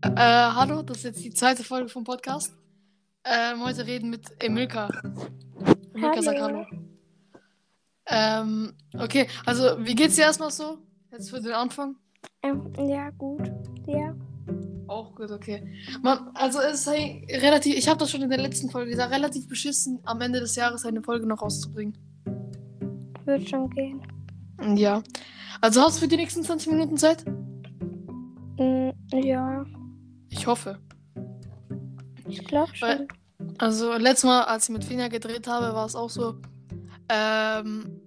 Äh, hallo, das ist jetzt die zweite Folge vom Podcast. Ähm, heute reden mit Emilka. Emilka sagt hallo. Ähm, okay, also wie geht's dir erstmal so? Jetzt für den Anfang? Ähm, ja, gut. Ja. Auch gut, okay. Man, also es ist hey, relativ, ich habe das schon in der letzten Folge gesagt, relativ beschissen, am Ende des Jahres eine Folge noch rauszubringen. Wird schon gehen. Ja. Also hast du für die nächsten 20 Minuten Zeit? Mm, ja, Ich hoffe. ich Äh, glaube schon. Also letztes Mal, als ich mit Finja gedreht habe, war es auch so, ähm,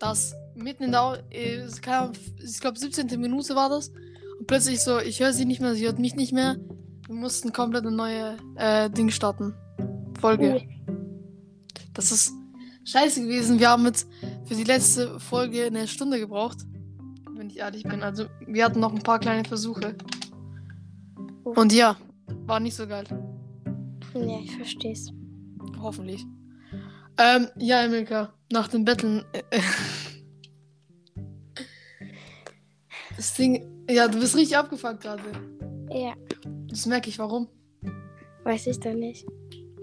dass mitten in der, Au- äh, es kam- ich glaube 17. Minute war das, und plötzlich so, ich höre sie nicht mehr, sie hört mich nicht mehr. Wir mussten komplett eine neue äh, Ding starten. Folge. Das ist scheiße gewesen. Wir haben jetzt für die letzte Folge eine Stunde gebraucht. Wenn ich ehrlich bin. Also wir hatten noch ein paar kleine Versuche. Und ja, war nicht so geil. Ja, ich versteh's. Hoffentlich. Ähm, ja, Emilka, nach dem Betteln. äh, das Ding. Ja, du bist richtig abgefuckt gerade. Ja, Das merke ich, warum. weiß ich doch nicht.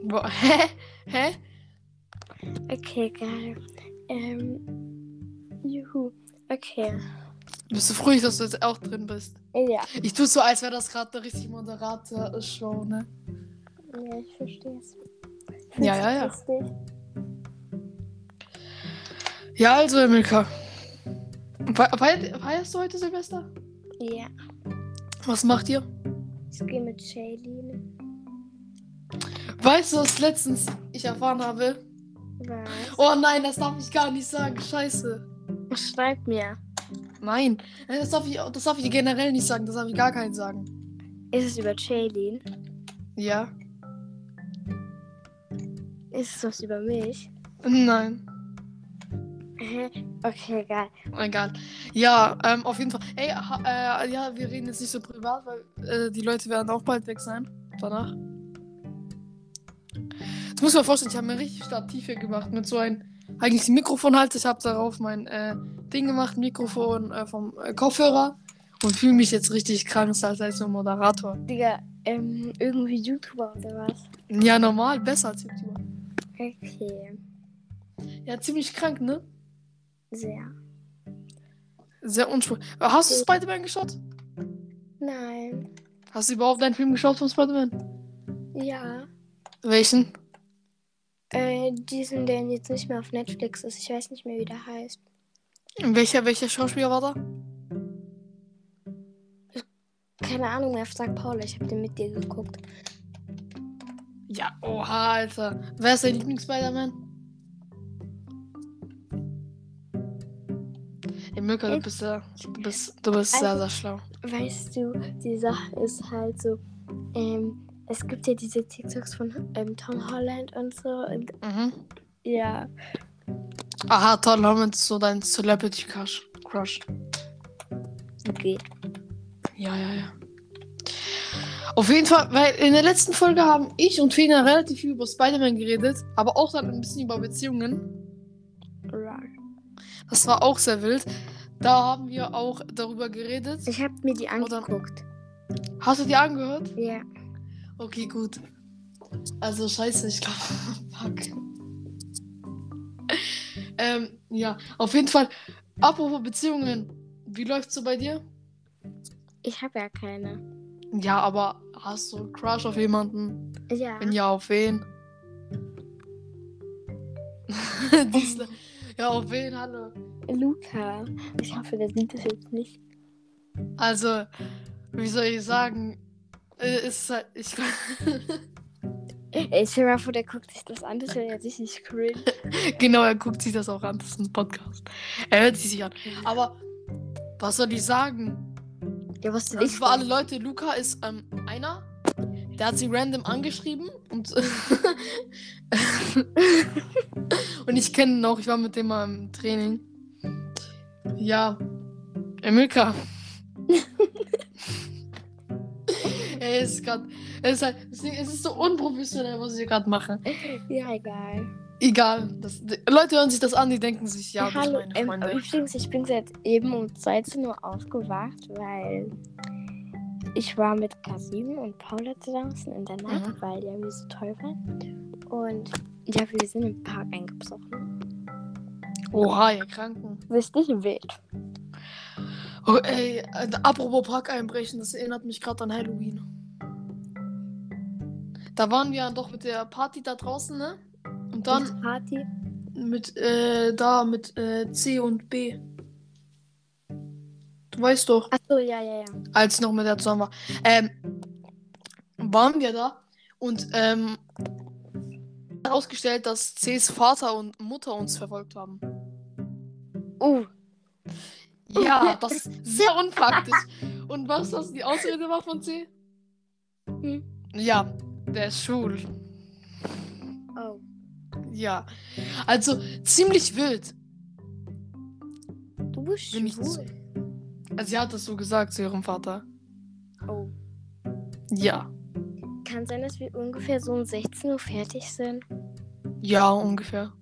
Boah, hä? Hä? Okay, geil. Ähm, juhu. Okay. Bist du froh, dass du jetzt auch drin bist? Ja, Ich tue so, als wäre das gerade eine richtig moderate Show, ne? ja ich versteh's. Ja, ja, ja. Lustig. Ja, also, Emilka. Fe- feiert- Feierst du heute Silvester? Ja, Was macht ihr? ich gehe mit Shailene. Weißt du, was letztens ich erfahren habe? Was? Oh nein, das darf ich gar nicht sagen. Scheiße. Schreib mir. Nein, Nein, das darf, ich, das darf ich generell nicht sagen, das darf ich gar keinen sagen. Ist es über Shailene? Ja? Ist es was über mich? Nein. Hä? Okay, geil. Egal. Ja, ähm, auf jeden Fall. Ey, ha, äh, ja, wir reden jetzt nicht so privat, weil äh, die Leute werden auch bald weg sein. Danach. Jetzt muss man vorstellen, ich habe mir richtig Stativ hier gemacht mit so einem eigentlich ein Mikrofonhals. Ich habe darauf mein äh, Ding gemacht, Mikrofon äh, vom äh, Kopfhörer und fühle mich jetzt richtig krank als als so ein Moderator. Digga, ähm, irgendwie YouTuber oder was? Ja, normal, besser als YouTuber. Okay, Ja, ziemlich krank, ne? sehr. Sehr unschuldig. Hast du Spider-Man geschaut? Nein. Hast du überhaupt einen Film geschaut von Spider-Man? Ja. Welchen? Äh, diesen, der jetzt nicht mehr auf Netflix ist. Ich weiß nicht mehr, wie der heißt. Welcher, welcher Schauspieler war da? Keine Ahnung mehr, sag Paula, ich habe den mit dir geguckt. Ja, oha, Alter. Wer ist dein Lieblings-Spider-Man? Ey, Milka, du Ich- bist, sehr, du bist, du bist sehr, sehr schlau. Weißt du, die Sache ist halt so, ähm, es gibt ja diese TikToks von ähm, Tom Holland und so und Mhm. ja, Aha, Todd Holland ist so dein Celebrity-Crush. Crush. okay. Ja, ja, ja. Auf jeden Fall, weil in der letzten Folge haben ich und Fina relativ viel über Spider-Man geredet, aber auch dann ein bisschen über Beziehungen. Das war auch sehr wild. Da haben wir auch darüber geredet. Ich habe mir die Oder- angeguckt. Hast du die angehört? Ja. Okay, gut. Also scheiße, ich glaube. Fuck. Ähm, ja, auf jeden Fall. Apropos Beziehungen. Wie läuft's so bei dir? Ich habe ja keine. Ja, aber hast du einen Crush auf jemanden? Ja. Wenn ja, auf wen? Diese- ja, auf wen? Hallo. Luca. Ich hoffe, der sieht das jetzt nicht. Also, wie soll ich sagen? Äh, Ist halt, ich, Ey, stell dir mal vor, der guckt sich das an, das wäre ja richtig cringe. Genau, er guckt sich das auch an. Das ist ein Podcast. Er hört sich sich an. Aber was soll ich sagen? Ja, was denn Also ich? für alle Leute, Luca ist ähm, einer, der hat sie random angeschrieben und, und ich kenne ihn auch. Ich war mit dem mal im Training. Ja, Emilka. er ist gerade. Er ist halt. Es ist so unprofessionell, was ich hier gerade mache. Ja, egal. Egal. Das, die, Leute hören sich das an, die denken sich, ja, das Hallo, sind meine ähm, Freunde. übrigens, ich bin seit eben um 13 Uhr aufgewacht, weil ich war mit Kasim und Paula draußen in der Nacht, Mhm. weil die irgendwie so toll waren. Und ja, wir sind im Park eingebrochen. Oha, ihr Kranken. Richtig wild. Oh, ey, äh, apropos Park einbrechen, das erinnert mich gerade an Halloween. Da waren wir doch mit der Party da draußen, ne? Und dann Diese Party. mit, äh, da mit äh, C und B. Du weißt doch. Achso, ja, ja, ja. als ich noch mit der zusammen war, ähm, waren wir da und ähm, herausgestellt, dass Cs Vater und Mutter uns verfolgt haben. Uh, Ja, das ist sehr unpraktisch. Und was das die Ausrede war von C? Hm. Ja, der ist schwul. oh. Ja. Also ziemlich wild. Du bist Bin ich schwul. Also sie hat das so gesagt zu ihrem Vater. Oh. Ja. Kann sein, dass wir ungefähr so um 16 Uhr fertig sind. Ja, ungefähr.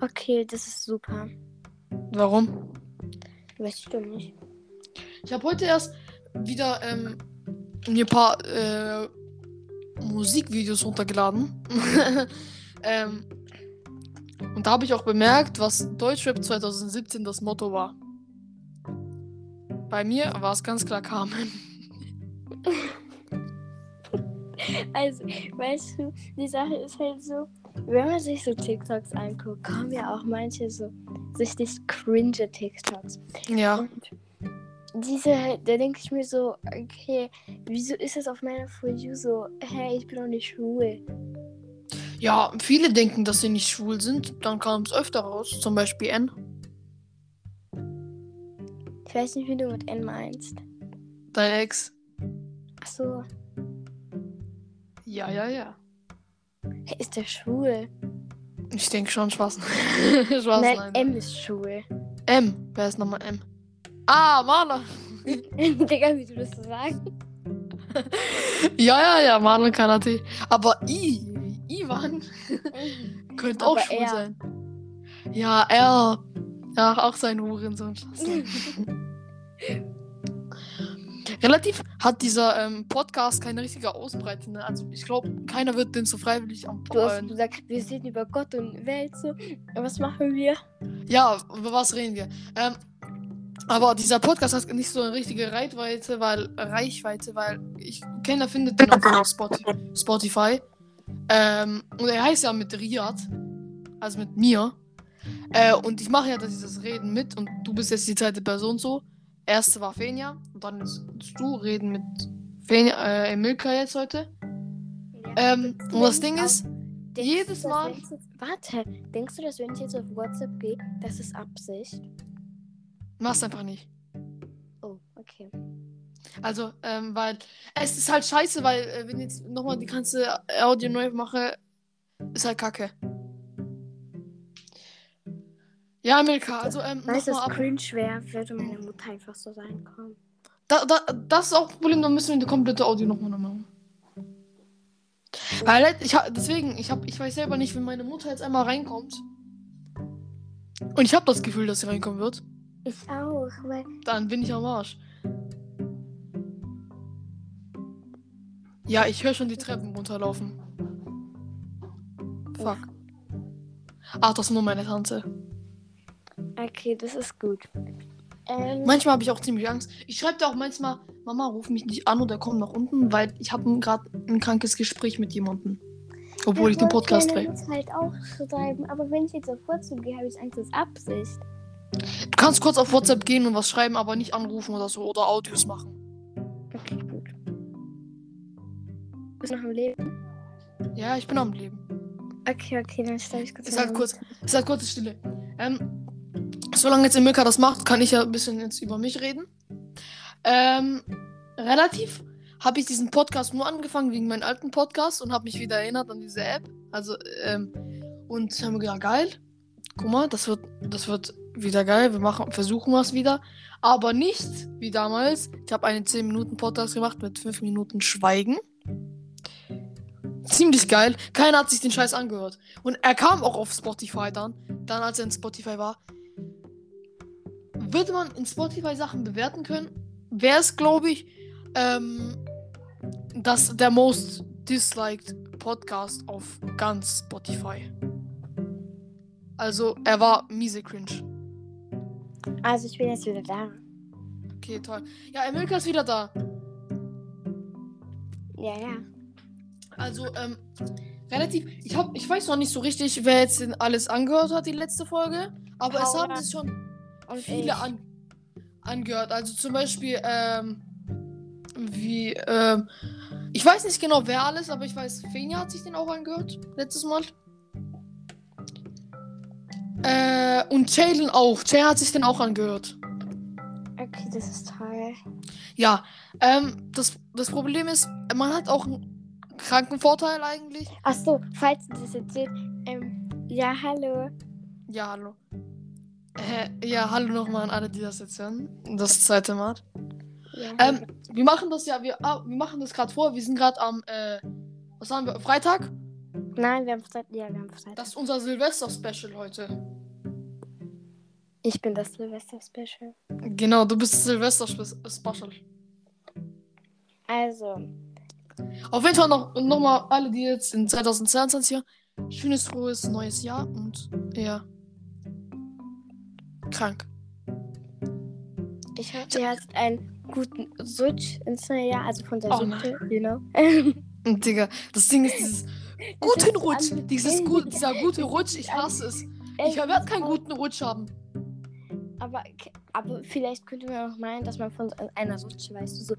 Okay, das ist super. Warum? Weißt du doch nicht. Ich habe heute erst wieder ähm, mir ein paar äh, Musikvideos runtergeladen. ähm, und da habe ich auch bemerkt, was Deutschrap 2017 das Motto war. Bei mir war es ganz klar Carmen. Also, weißt du, die Sache ist halt so, wenn man sich so TikToks anguckt, kommen ja auch manche so richtig cringe TikToks. Ja. Diese, da denke ich mir so, okay, wieso ist das auf meiner For You so, hey, ich bin doch nicht schwul. Ja, viele denken, dass sie nicht schwul sind. Dann kam es öfter raus. Zum Beispiel N. Ich weiß nicht, wie du mit N meinst. Dein Ex. Ach so, Ja, ja, ja. hey, ist der schwul? Ich denke schon, Spaß. Spaß, nein, nein. M ist schwul. M. Wer ist nochmal M? Ah, Maler. Digga, wie du das so sagst. Ja, ja, ja, Manuel Kanate. Aber I, Ivan, könnte auch Aber schwul er. sein. Ja, er. Ja, auch sein Hurensohn. Relativ hat dieser ähm, Podcast keine richtige Ausbreitung. Ne? Also, ich glaube, keiner wird den so freiwillig am Du hast äh, gesagt, wir reden über Gott und Welt so. Was machen wir? Ja, über was reden wir? Ähm, aber dieser Podcast hat nicht so eine richtige Reichweite, weil Reichweite, weil ich keiner findet den auf Spoti- Spotify. Ähm, und er heißt ja mit Riyad, also mit mir. Äh, und ich mache ja dieses Reden mit und du bist jetzt die zweite Person so. Erste war Fenja und dann ist du reden mit Fenja, äh, Emilka jetzt heute. Ähm, und das Ding ist, Denkst Jedes du, dass Mal- wenn ich Jetzt, warte, denkst du, dass wenn ich jetzt auf WhatsApp gehe, das ist Absicht? mach's einfach nicht. Oh, okay. Also, ähm, weil es ist halt scheiße, weil äh, wenn ich jetzt nochmal die ganze Audio neu mache, ist halt kacke. Ja, Milka, also ähm, Weißt du, es nochmal ab. ist cringe schwer, würde meine Mutter einfach so sein kommen. Da, da, das ist auch ein Problem, da müssen wir die komplette Audio nochmal neu machen. Weil halt, ich hab, deswegen, ich, hab, ich weiß selber nicht, wenn meine Mutter jetzt einmal reinkommt. Und ich habe das Gefühl, dass sie reinkommen wird. Ich auch, weil Dann bin ich am Arsch. Ja, ich höre schon die Treppen runterlaufen. Fuck. Ach, das ist nur meine Tante. okay, das ist gut. Ähm, Manchmal habe ich auch ziemlich Angst. Ich schreibe da auch manchmal, Mama, ruf mich nicht an oder komm nach unten, weil ich habe gerade ein krankes Gespräch mit jemandem. Obwohl ich den Podcast Ich drehe. wollte gerne das halt auch schreiben, aber wenn ich jetzt auf WhatsApp gehe, habe ich Angst, das ist Absicht. Du kannst kurz auf WhatsApp gehen und was schreiben, aber nicht anrufen oder so oder Audios machen. Okay, gut. Bist du noch am Leben? Ja, ich bin am Leben. Okay, okay, dann schreibe ich kurz. Ist halt mal- um. kurz, ist halt kurze Stille. Ähm, solange jetzt Emilka das macht, kann ich ja ein bisschen jetzt über mich reden. Ähm, relativ habe ich diesen Podcast nur angefangen wegen meinem alten Podcast und habe mich wieder erinnert an diese App. Also, ähm, und haben mir gedacht, geil. Guck mal, das wird, das wird wieder geil. Wir machen, versuchen wir es wieder. Aber nicht wie damals. Ich habe einen 10 Minuten Podcast gemacht mit 5 Minuten Schweigen. Ziemlich geil. Keiner hat sich den Scheiß angehört. Und er kam auch auf Spotify dann. Dann, als er in Spotify war. Würde man in Spotify Sachen bewerten können? Wäre es, glaube ich, ähm, das der most disliked Podcast auf ganz Spotify. Also, er war miese cringe. Also ich bin jetzt wieder da. Okay, toll. Ja, Emilka ist wieder da. Ja, ja. Also, ähm, relativ. Ich, hab, ich weiß noch nicht so richtig, wer jetzt denn alles angehört hat, die letzte Folge. Aber es haben Paula. sich schon Und ich. viele an, angehört. Also zum Beispiel, ähm, wie, ähm, ich weiß nicht genau, wer alles, aber ich weiß, Fenia hat sich den auch angehört, letztes Mal. Äh, und Jalen auch. Jalen hat sich den auch angehört. Okay, das ist toll. Ja, ähm, das, das Problem ist, man hat auch einen kranken Vorteil eigentlich. Achso, falls ihr das jetzt seht, ähm, ja, hallo. Ja, hallo. Äh, ja, hallo nochmal an alle, die das jetzt hören. Das zweite Mal. Ja, Ähm, wir machen das ja, wir, ah, wir machen das gerade vor. Wir sind gerade am, äh, was haben wir, Freitag? Nein, wir haben Zeit. Ja, wir haben Zeit. Das ist unser Silvester-Special heute. ich bin das Silvester-Special. Genau, du bist das Silvester-Special. Also, Auf jeden Fall noch, nochmal alle, die jetzt in 2022 hier, schönes, frohes neues Jahr und, ja, krank. ich hoffe, ihr hattet einen guten Sutsch ins neue Jahr, also von der Oh Suppe, you know. Und Digga, das Ding ist dieses guten ist Rutsch, alles- dieses gut, dieser gute Rutsch, ich hasse es. Ich werde keinen guten Rutsch haben. Aber, aber vielleicht könnte man auch meinen, dass man von so einer Sutsche, weißt du, so,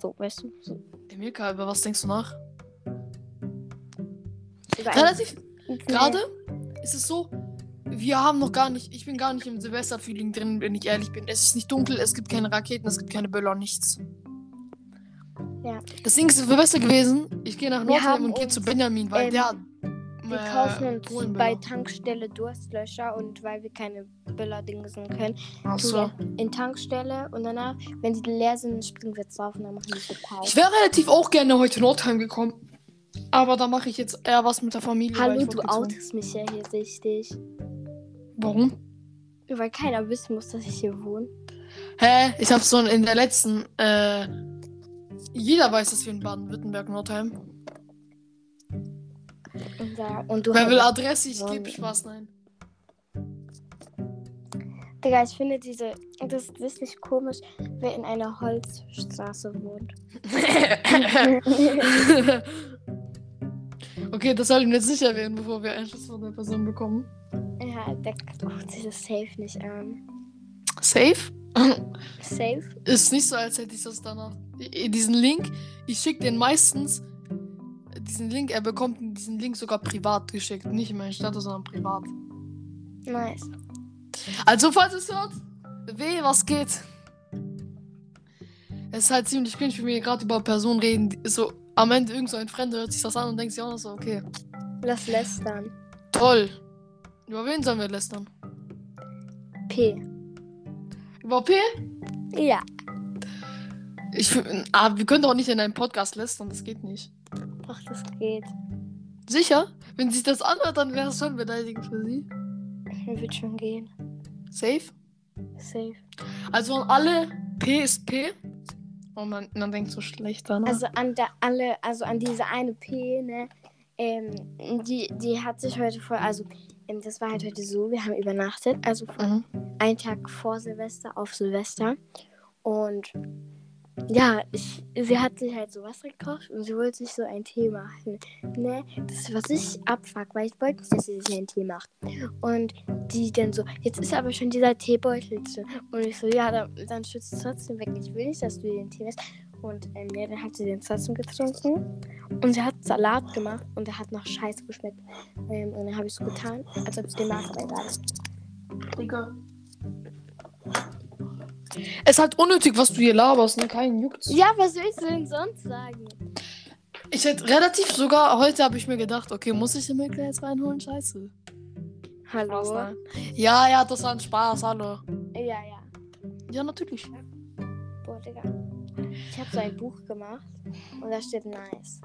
so weißt du, so Emilka, über was denkst du nach? über einen Relativ guten- gerade ist es so, wir haben noch gar nicht, ich bin gar nicht im Silvesterfeeling drin, wenn ich ehrlich bin. Es ist nicht dunkel, es gibt keine Raketen, es gibt keine Böller, nichts. Ja. Das Ding ist Silvester gewesen, ich gehe nach Wir Nordheim haben und gehe zu uns, Benjamin, weil ähm, der hat. Wir äh, kaufen uns bei Polenböller. Tankstelle Durstlöscher und weil wir keine Böllerdingsen können, Ach tun so. wir in Tankstelle und danach, wenn die leer sind, springen wir jetzt drauf und dann machen wir so Ich Pause. wäre relativ auch gerne heute Nordheim gekommen. Aber da mache ich jetzt eher was mit der Familie. weil Hallo, ich du wurde gezwungen. outest mich ja hier richtig. Warum? Weil keiner wissen muss, dass ich hier wohne. Hä? Ich hab's schon in der letzten. Äh, jeder weiß, dass wir in Baden-Württemberg Nordheim. Und, da, und du Wer will halt- Adresse? Ich gebe Spaß, nein. Digga, ich finde diese. Das ist wirklich komisch, wer in einer Holzstraße wohnt. okay, das sollten wir jetzt nicht erwähnen, bevor wir Einschluss von der Person bekommen. ja, der guckt sich das safe nicht an. Safe? Safe? Ist nicht so, als hätte ich das danach. I- Diesen Link, ich schicke den meistens. Diesen Link, er bekommt diesen Link sogar privat geschickt. Nicht in meinen Status, sondern privat. Nice. Also, falls es hört, weh, was geht? Es ist halt ziemlich cringe, wenn wir gerade über Personen reden. die- So, am Ende irgend so ein Fremder hört sich das an und denkt sich auch noch so, okay, Lass lästern. toll. Über wen sollen wir lästern? P. Über P? Ja. Ich, fi- ah, wir können doch nicht in einem Podcast lästern, das geht nicht. Doch, das geht. Sicher? Wenn sie sich das anhört, dann wäre es schon beleidigend für sie. Mir wird schon gehen. Safe? Safe. Also an alle, P ist P. Und man, man denkt so schlecht danach. Also an da alle, also an diese eine P, ne? Ähm, die, die hat sich heute vor, also ähm, das war halt heute so, wir haben übernachtet, also vor mhm. einen Tag vor Silvester auf Silvester. Und ja, ich, sie hat sich halt so was gekauft und sie wollte sich so ein Tee machen. Ne? Das ist, was ich abfuck, weil ich wollte nicht, dass sie sich einen Tee macht. Und die dann so, jetzt ist aber schon dieser Teebeutel drin. Und ich so, ja, dann, dann schützt es trotzdem weg. Ich will nicht, dass du dir den Tee machst. Und ähm, ja, dann hat sie den trotzdem getrunken. Und sie hat Salat gemacht und der hat noch scheiße geschmeckt. Ähm, und dann habe ich so getan, als ob ich den mag, aber egal. Digga. Es ist halt unnötig, was du hier laberst, ne? Keinen juckt's. Ja, was willst du denn sonst sagen? Ich hätte relativ sogar, heute habe ich mir gedacht, okay, muss ich den Mickler jetzt reinholen? Scheiße. Spaß, Hallo? nein. Ja, ja, das war ein Spaß, hallo. Ja, ja. Ja, natürlich. Boah, Digga. Ich habe so ein Buch gemacht und da steht nice.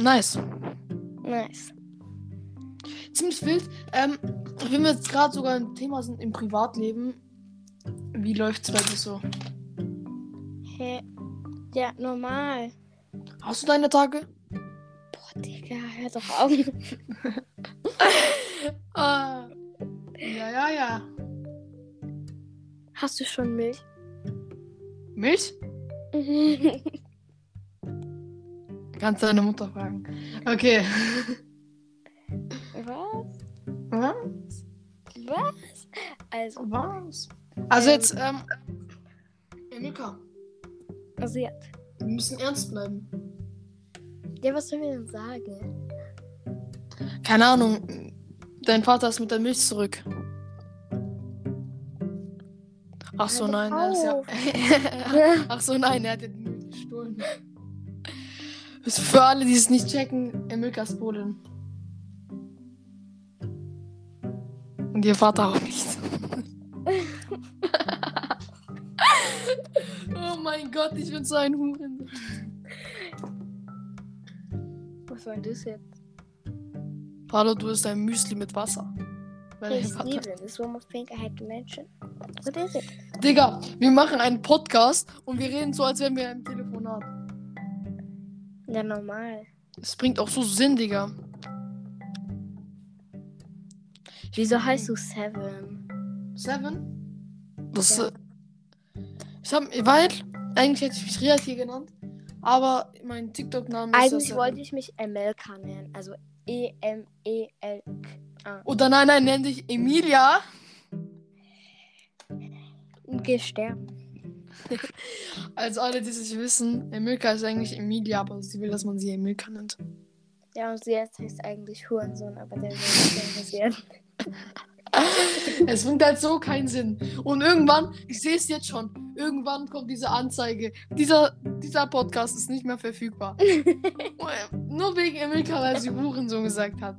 Nice. Nice. Ziemlich wild. Ähm, wenn wir jetzt gerade sogar im Thema sind, im Privatleben, wie läuft's bei dir so? Hä? Ja, normal. Hast du deine Tage? Boah, Digga, hör doch auf. Ah. Äh. Ja, ja, ja. Hast du schon Milch? Milch? Kannst deine Mutter fragen. Okay. Ja, Was? Was? Also, Was? Also Ähm. jetzt, ähm. Emilka, also ja. wir müssen ernst bleiben. ja, was sollen wir denn sagen? Keine Ahnung. Dein Vater ist mit der Milch zurück. Ach so, Hör doch nein. er ist auf. ja... Ach so, nein, er hat dir die Milch gestohlen. Ist für alle, die es nicht checken, Emilkas Boden. Und ihr Vater auch nicht. oh mein Gott, ich bin so ein Huren. was soll das jetzt? Paolo, du isst ein Müsli mit Wasser. Weil dein Ich Vater- liebe das. Warum think I had to mention? What is it? Digga, wir machen einen Podcast und wir reden so, als wären wir im Telefonat. Ja, normal. Es bringt auch so Sinn, Digga. Wieso heißt du Seven? Seven? Das. Ja. Äh, ich hab. Weil. Eigentlich hätte ich mich Rias hier genannt. Aber mein TikTok-Name ist. Eigentlich ja wollte Seven. ich mich Emelka nennen. Also E E-M-E-L-K-A. Oder nein, nein, nenn dich Emilia. Gesterben. Also alle, die es nicht wissen, Emilka ist eigentlich Emilia, aber sie will, dass man sie Emilka nennt. Ja, und sie jetzt heißt eigentlich Hurensohn, aber der will nicht interessiert. Es bringt halt so keinen Sinn. Und irgendwann, ich sehe es jetzt schon, irgendwann kommt diese Anzeige. Dieser, dieser Podcast ist nicht mehr verfügbar. Nur wegen Emilka, weil sie Hurensohn gesagt hat.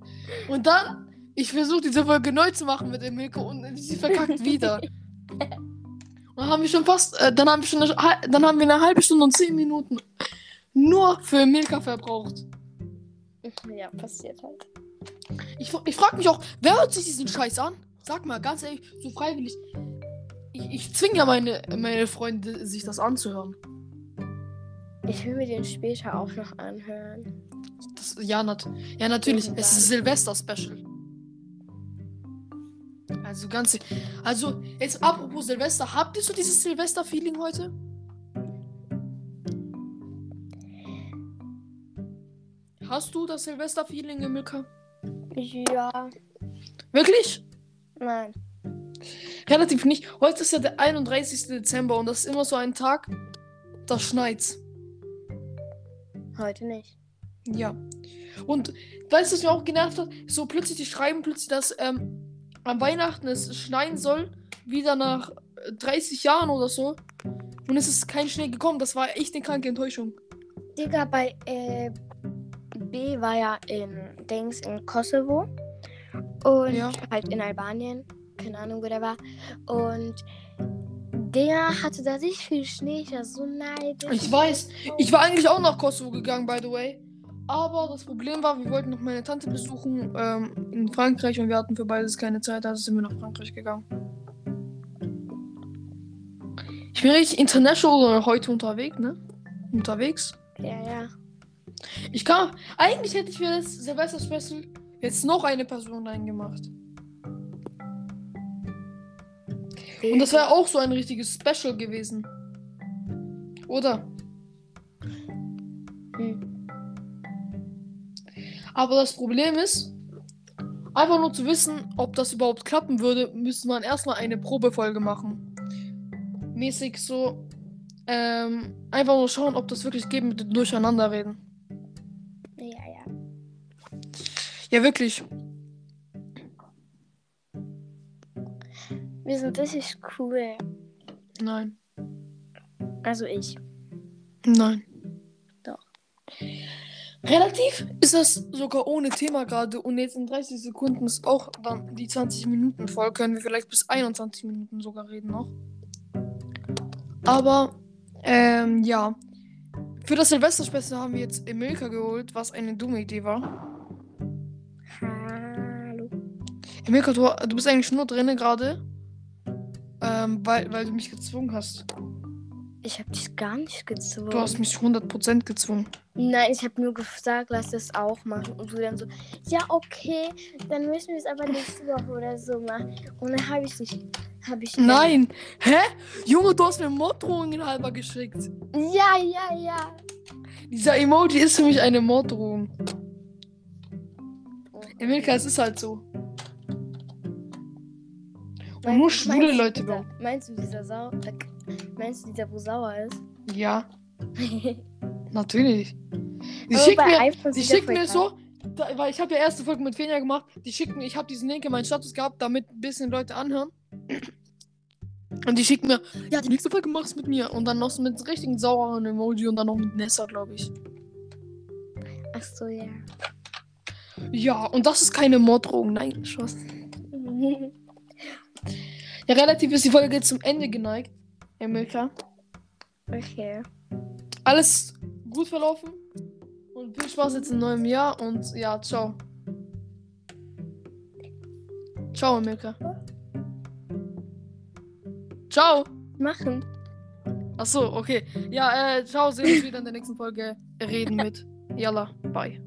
Und dann, ich versuche diese Folge neu zu machen mit Emilka und sie verkackt wieder. Und dann haben wir schon fast, äh, dann haben wir schon, eine, hal- dann haben wir eine halbe Stunde und zehn Minuten nur für Emilka verbraucht. ja, passiert halt. Ich, fra- ich frage mich auch, wer hört sich diesen Scheiß an? Sag mal, ganz ehrlich, so freiwillig. Ich, ich zwinge ja meine, meine Freunde, sich das anzuhören. Ich will mir den später auch noch anhören. Das, ja, nat ja, natürlich. Irgendwann. Es ist Silvester-Special. Also ganz. e- Also, jetzt apropos Silvester, habt ihr so dieses Silvester-Feeling heute? Hast du das Silvester-Feeling, Emilka? Ja, Wirklich? nein. Relativ nicht. Heute ist ja der 31. Dezember und das ist immer so ein Tag, da schneit's. Heute nicht. Ja. Und weißt du, was mir auch genervt hat? So plötzlich, die schreiben plötzlich, dass ähm, an Weihnachten es schneien soll, wieder nach äh, 30 Jahren oder so. Und es ist kein Schnee gekommen. Das war echt eine kranke Enttäuschung. Digga, bei äh, B war ja in Dings in Kosovo. Und Ja. halt in Albanien. Keine Ahnung, wo der war. Und der hatte da nicht viel Schnee. Ich war so neidisch. Ich weiß. Ich war eigentlich auch nach Kosovo gegangen, by the way. Aber das Problem war, wir wollten noch meine Tante besuchen ähm, in Frankreich und wir hatten für beides keine Zeit, also sind wir nach Frankreich gegangen. Ich bin richtig international heute unterwegs, ne? Unterwegs. Ja, ja. Ich kann. Eigentlich hätte ich für das Silvester Special jetzt noch eine Person reingemacht. Und das wäre auch so ein richtiges Special gewesen. Oder? Hm. Aber das Problem ist, einfach nur zu wissen, ob das überhaupt klappen würde, müsste man erstmal eine Probefolge machen. Mäßig so. Ähm, einfach nur schauen, ob das wirklich geht mit dem Durcheinanderreden. Ja, ja. Ja, wirklich. Wir sind richtig cool. Nein. Also ich. Nein. Doch. Relativ ist das sogar ohne Thema gerade und jetzt in 30 Sekunden ist auch dann die 20 Minuten voll. Können wir vielleicht bis 21 Minuten sogar reden noch. Aber, ähm, ja. Für das Silvesterspezial haben wir jetzt Emilka geholt, was eine dumme Idee war. Hallo. Emilka, du, du bist eigentlich nur drinne gerade, ähm, weil, weil du mich gezwungen hast. Ich habe dich gar nicht gezwungen. Du hast mich 100% gezwungen. Nein, ich habe nur gesagt, lass das auch machen. Und du dann so, ja, okay, dann müssen wir es aber nächste Woche oder so machen. Und dann habe ich dich. Hab ich Nein! Hä? Junge, du hast mir Morddrohungen halber geschickt. Ja, ja, ja. Dieser Emoji ist für mich eine Morddrohung. Emilka, es ist halt so. Meinst- nur schwule meinst du Leute dieser- Meinst du, dieser Sau. Äh, meinst du, dieser, wo sauer ist? Ja, natürlich. Die Aber schickt Oh, bei mir, iPhone die sieht der schickt mir Freak so, da, weil ich habe ja erste Folge mit Fenia gemacht. Die schickt mir, ich habe diesen Link in meinen Status gehabt, damit ein bisschen Leute anhören. Und die schickt mir, ja, die nächste Folge machst mit mir. Und dann noch so mit richtigen sauren Emoji und dann noch mit Nessa, glaube ich. aus. Ach so, ja. Ja, und das ist keine Morddrohung, nein, Spaß. Ja, relativ ist die Folge jetzt zum Ende geneigt. Emilka. okay. Alles gut verlaufen. Und viel Spaß jetzt in neuem Jahr. Und ja, ciao. Ciao, Emilka. Ciao. Machen. Achso, okay. Ja, äh, ciao. Sehen uns wieder in der nächsten Folge. Reden mit. Yalla. Bye.